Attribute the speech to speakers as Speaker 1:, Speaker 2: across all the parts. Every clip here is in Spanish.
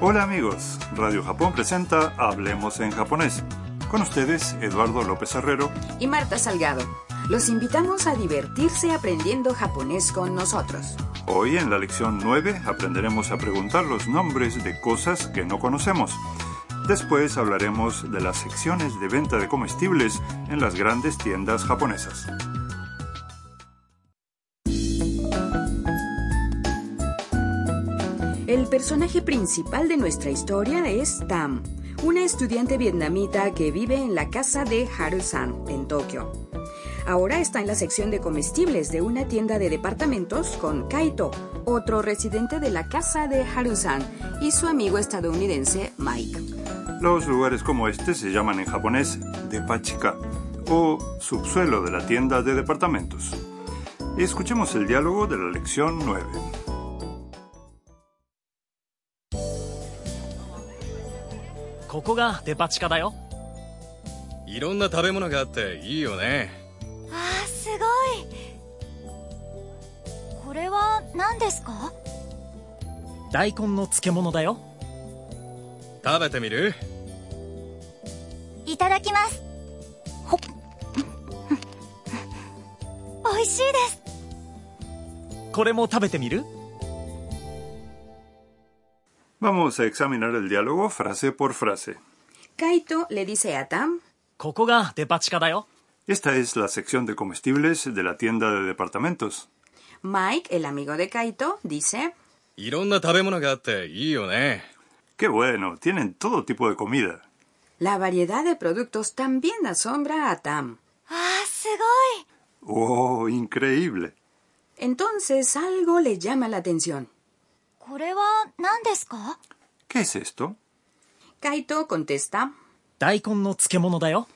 Speaker 1: Hola amigos, Radio Japón presenta Hablemos en japonés. Con ustedes, Eduardo López Herrero.
Speaker 2: y Marta Salgado. Los invitamos a divertirse aprendiendo japonés con nosotros.
Speaker 1: Hoy en la lección 9 aprenderemos a preguntar los nombres de cosas que no conocemos. Después hablaremos de las secciones de venta de comestibles en las grandes tiendas japonesas.
Speaker 2: El personaje principal de nuestra historia es Tam, una estudiante vietnamita que vive en la casa de Haru-san, en Tokio. Ahora está en la sección de comestibles de una tienda de departamentos con Kaito, otro residente de la casa de Haru-san, y su amigo estadounidense Mike.
Speaker 1: Los lugares como este se llaman en japonés depachika o subsuelo de la tienda de departamentos. Escuchemos el diálogo de la lección 9.
Speaker 3: ここがデパ地下だよ
Speaker 4: いろんな食べ物があっていいよね
Speaker 5: あーすごいこれは何ですか
Speaker 3: 大根の漬物だよ
Speaker 4: 食べてみる
Speaker 5: いただきますほっ美味しいです
Speaker 3: これも食べてみる
Speaker 1: Vamos a examinar el diálogo frase por frase.
Speaker 2: Kaito le dice a Tam,
Speaker 3: ここがデパ地下だよ
Speaker 1: Esta es la sección de comestibles de la tienda de departamentos.
Speaker 2: Mike, el amigo de Kaito, dice,
Speaker 4: いろんな食べ物があっていいよね
Speaker 1: ¡Qué bueno! Tienen todo tipo de comida.
Speaker 2: la variedad de productos también asombra a Tam.
Speaker 5: あーす
Speaker 1: ¡Oh, increíble!
Speaker 2: Entonces algo le llama la atención.
Speaker 5: ごいこれは何ですか
Speaker 1: ¿Qué es esto?
Speaker 2: Kaito contesta,
Speaker 3: 大根の漬物だよ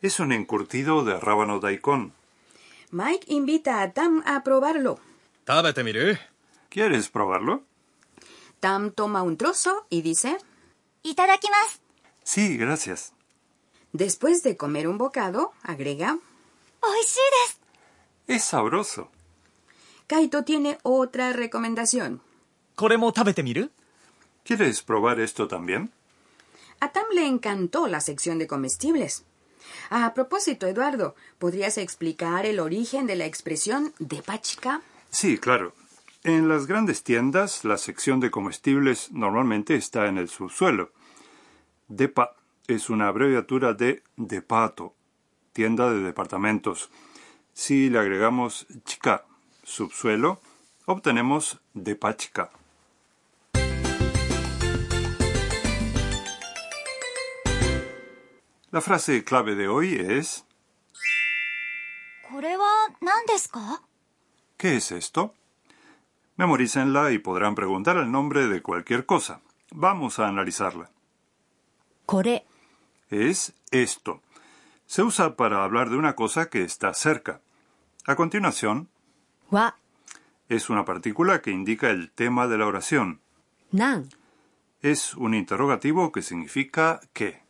Speaker 1: Es un encurtido de rábano daikon.
Speaker 2: Mike invita a Tam a probarlo.
Speaker 4: 食べてみる
Speaker 1: ¿Quieres probarlo?
Speaker 2: Tam toma un trozo y dice,
Speaker 5: いただきます
Speaker 1: Sí, gracias.
Speaker 2: después de comer un bocado, agrega,
Speaker 5: 美味しいで
Speaker 1: Es
Speaker 5: す
Speaker 1: sabroso.
Speaker 2: Kaito tiene otra recomendación.
Speaker 3: これも食べてみる
Speaker 1: ¿Quieres probar esto también?
Speaker 2: A Tam le encantó la sección de comestibles. A propósito, Eduardo, ¿podrías explicar el origen de la expresión de pachica?
Speaker 1: Sí, claro. En las grandes tiendas, la sección de comestibles normalmente está en el subsuelo. DEPA es una abreviatura de DEPATO, tienda de departamentos. Si le agregamos chica, subsuelo, obtenemos DEPACHICA. La frase clave de hoy es
Speaker 5: これは何ですか
Speaker 1: ¿Qué es esto? Memorícenla y podrán preguntar el nombre de cualquier cosa. Vamos a analizarla.
Speaker 5: これ
Speaker 1: Es esto. Se usa para hablar de una cosa que está cerca. A continuación,
Speaker 5: は
Speaker 1: es una partícula que indica el tema de la oración.
Speaker 5: 何
Speaker 1: Es un interrogativo que significa qué.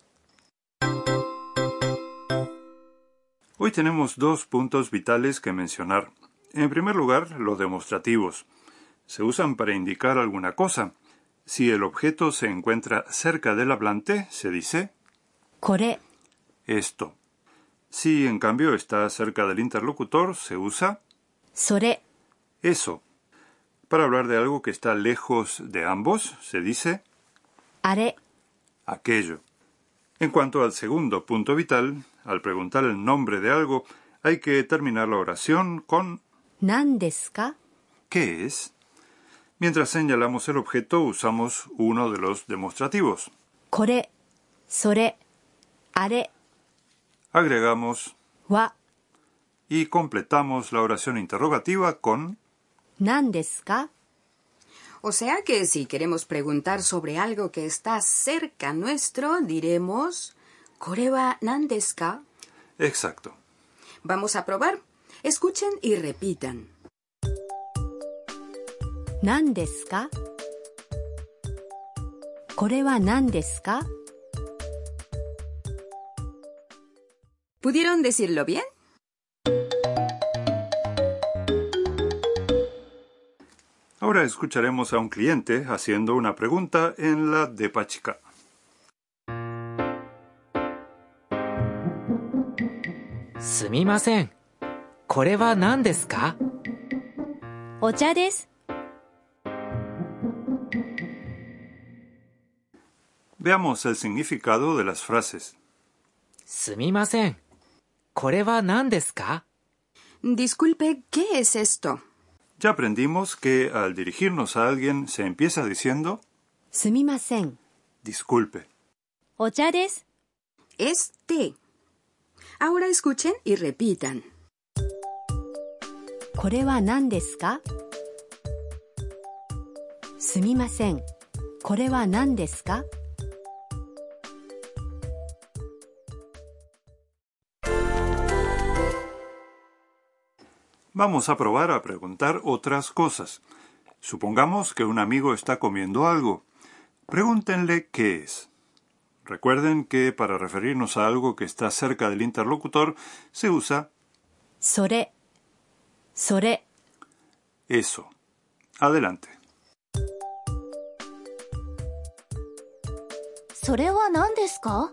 Speaker 1: Hoy tenemos dos puntos vitales que mencionar. En primer lugar, los demostrativos. Se usan para indicar alguna cosa. Si el objeto se encuentra cerca del hablante, se dice
Speaker 5: これ
Speaker 1: esto. Si en cambio está cerca del interlocutor, se usa
Speaker 5: それ
Speaker 1: eso. Para hablar de algo que está lejos de ambos, se dice
Speaker 5: あれ
Speaker 1: aquello. En cuanto al segundo punto vital, al preguntar el nombre de algo, hay que terminar la oración con
Speaker 5: 何ですか
Speaker 1: ¿qué es? Mientras señalamos el objeto, usamos uno de los demostrativos.
Speaker 5: これそれあれ
Speaker 1: Agregamos
Speaker 5: は
Speaker 1: y completamos la oración interrogativa con
Speaker 5: 何ですか
Speaker 2: O sea que si queremos preguntar sobre algo que está cerca nuestro, diremos Koreba Nandeska.
Speaker 1: exacto.
Speaker 2: Vamos a probar. Escuchen y repitan.
Speaker 5: 何ですかこれは何ですか
Speaker 2: ¿Pudieron decirlo bien?
Speaker 1: Ahora escucharemos a un cliente haciendo una pregunta en la depachica.
Speaker 6: すみませんこれは何ですか
Speaker 5: お茶です。
Speaker 1: Veamos el significado de las frases.
Speaker 6: すみませんこれは何ですか
Speaker 2: Disculpe, ¿qué es esto?
Speaker 1: Ya aprendimos que al dirigirnos a alguien se empieza diciendo
Speaker 5: すみません。
Speaker 1: disculpe.
Speaker 5: お茶です。
Speaker 2: Es té. Ahora escuchen y repitan.
Speaker 5: これは何ですかすみません。これは何ですか
Speaker 1: Vamos a probar a preguntar otras cosas. Supongamos que un amigo está comiendo algo. Pregúntenle qué es. Recuerden que para referirnos a algo que está cerca del interlocutor se usa
Speaker 5: それ、それ、
Speaker 1: eso. Adelante.
Speaker 5: それは何ですか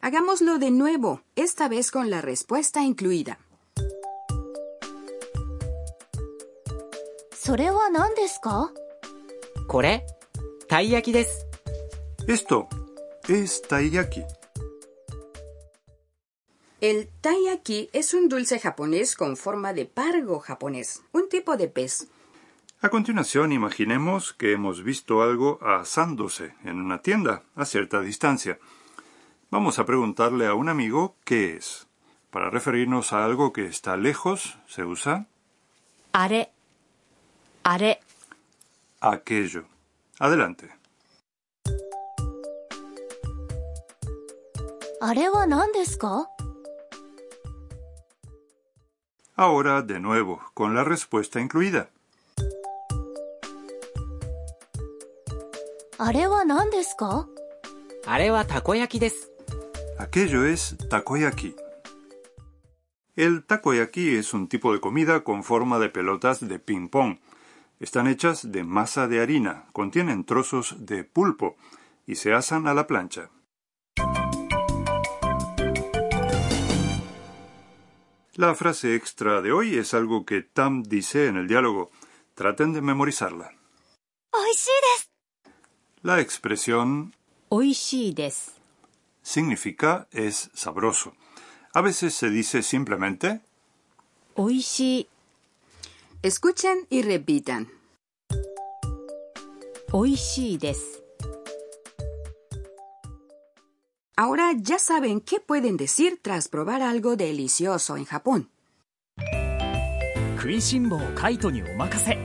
Speaker 2: Hagámoslo de nuevo, esta vez con la respuesta incluida.
Speaker 5: それは何ですか
Speaker 6: これたい焼きです
Speaker 1: Esto es taiyaki.
Speaker 2: El taiyaki es un dulce japonés con forma de pargo japonés, un tipo de pez.
Speaker 1: A continuación, imaginemos que hemos visto algo asándose en una tienda a cierta distancia. Vamos a preguntarle a un amigo qué es. Para referirnos a algo que está lejos, se usa
Speaker 5: あれ、あれ、
Speaker 1: aquello. Adelante.
Speaker 5: あれは何ですか
Speaker 1: Ahora, de nuevo, con la respuesta incluida.
Speaker 5: あれは何ですか
Speaker 6: あれはたこ焼きです
Speaker 1: Aquello es takoyaki. El takoyaki es un tipo de comida con forma de pelotas de ping-pong. Están hechas de masa de harina, contienen trozos de pulpo y se asan a la plancha. La frase extra de hoy es algo que Tam dice en el diálogo. Traten de memorizarla.
Speaker 5: 美味しいです。
Speaker 1: La expresión
Speaker 5: 美味しいです。
Speaker 1: significa es sabroso. A veces se dice simplemente
Speaker 5: 美味しい、
Speaker 2: Escuchen y repitan.
Speaker 5: 美味しいです。
Speaker 2: Ahora ya saben qué pueden decir tras probar algo delicioso en Japón.
Speaker 3: 食いしん坊カイトにお任せ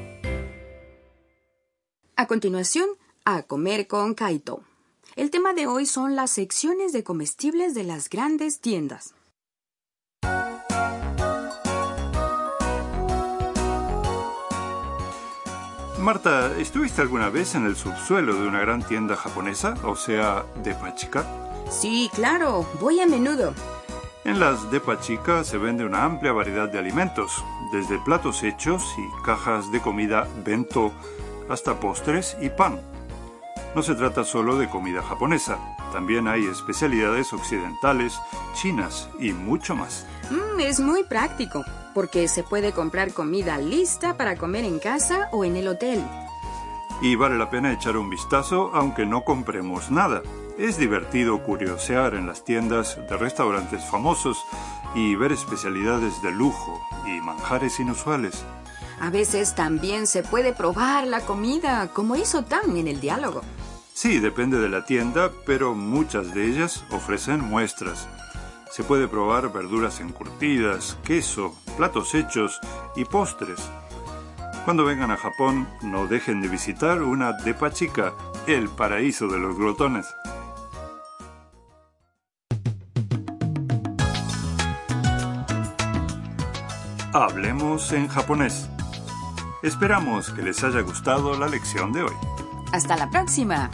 Speaker 2: A continuación, a comer con Kaito. El tema de hoy son las secciones de comestibles de las grandes tiendas.
Speaker 1: Marta, ¿estuviste alguna vez en el subsuelo de una gran tienda japonesa, o sea, Depachica?
Speaker 2: Sí, claro, voy a menudo.
Speaker 1: En las Depachica se vende una amplia variedad de alimentos, desde platos hechos y cajas de comida bento hasta postres y pan. No se trata solo de comida japonesa, también hay especialidades occidentales, chinas y mucho más.
Speaker 2: Mm, es muy práctico, porque se puede comprar comida lista para comer en casa o en el hotel.
Speaker 1: Y vale la pena echar un vistazo aunque no compremos nada. Es divertido curiosear en las tiendas de restaurantes famosos y ver especialidades de lujo y manjares inusuales.
Speaker 2: A veces también se puede probar la comida, como hizo Tan en el diálogo.
Speaker 1: Sí, depende de la tienda, pero muchas de ellas ofrecen muestras. Se puede probar verduras encurtidas, queso, platos hechos y postres. Cuando vengan a Japón, no dejen de visitar una depachica, el paraíso de los glotones. Hablemos en japonés. Esperamos que les haya gustado la lección de hoy.
Speaker 2: Hasta la próxima.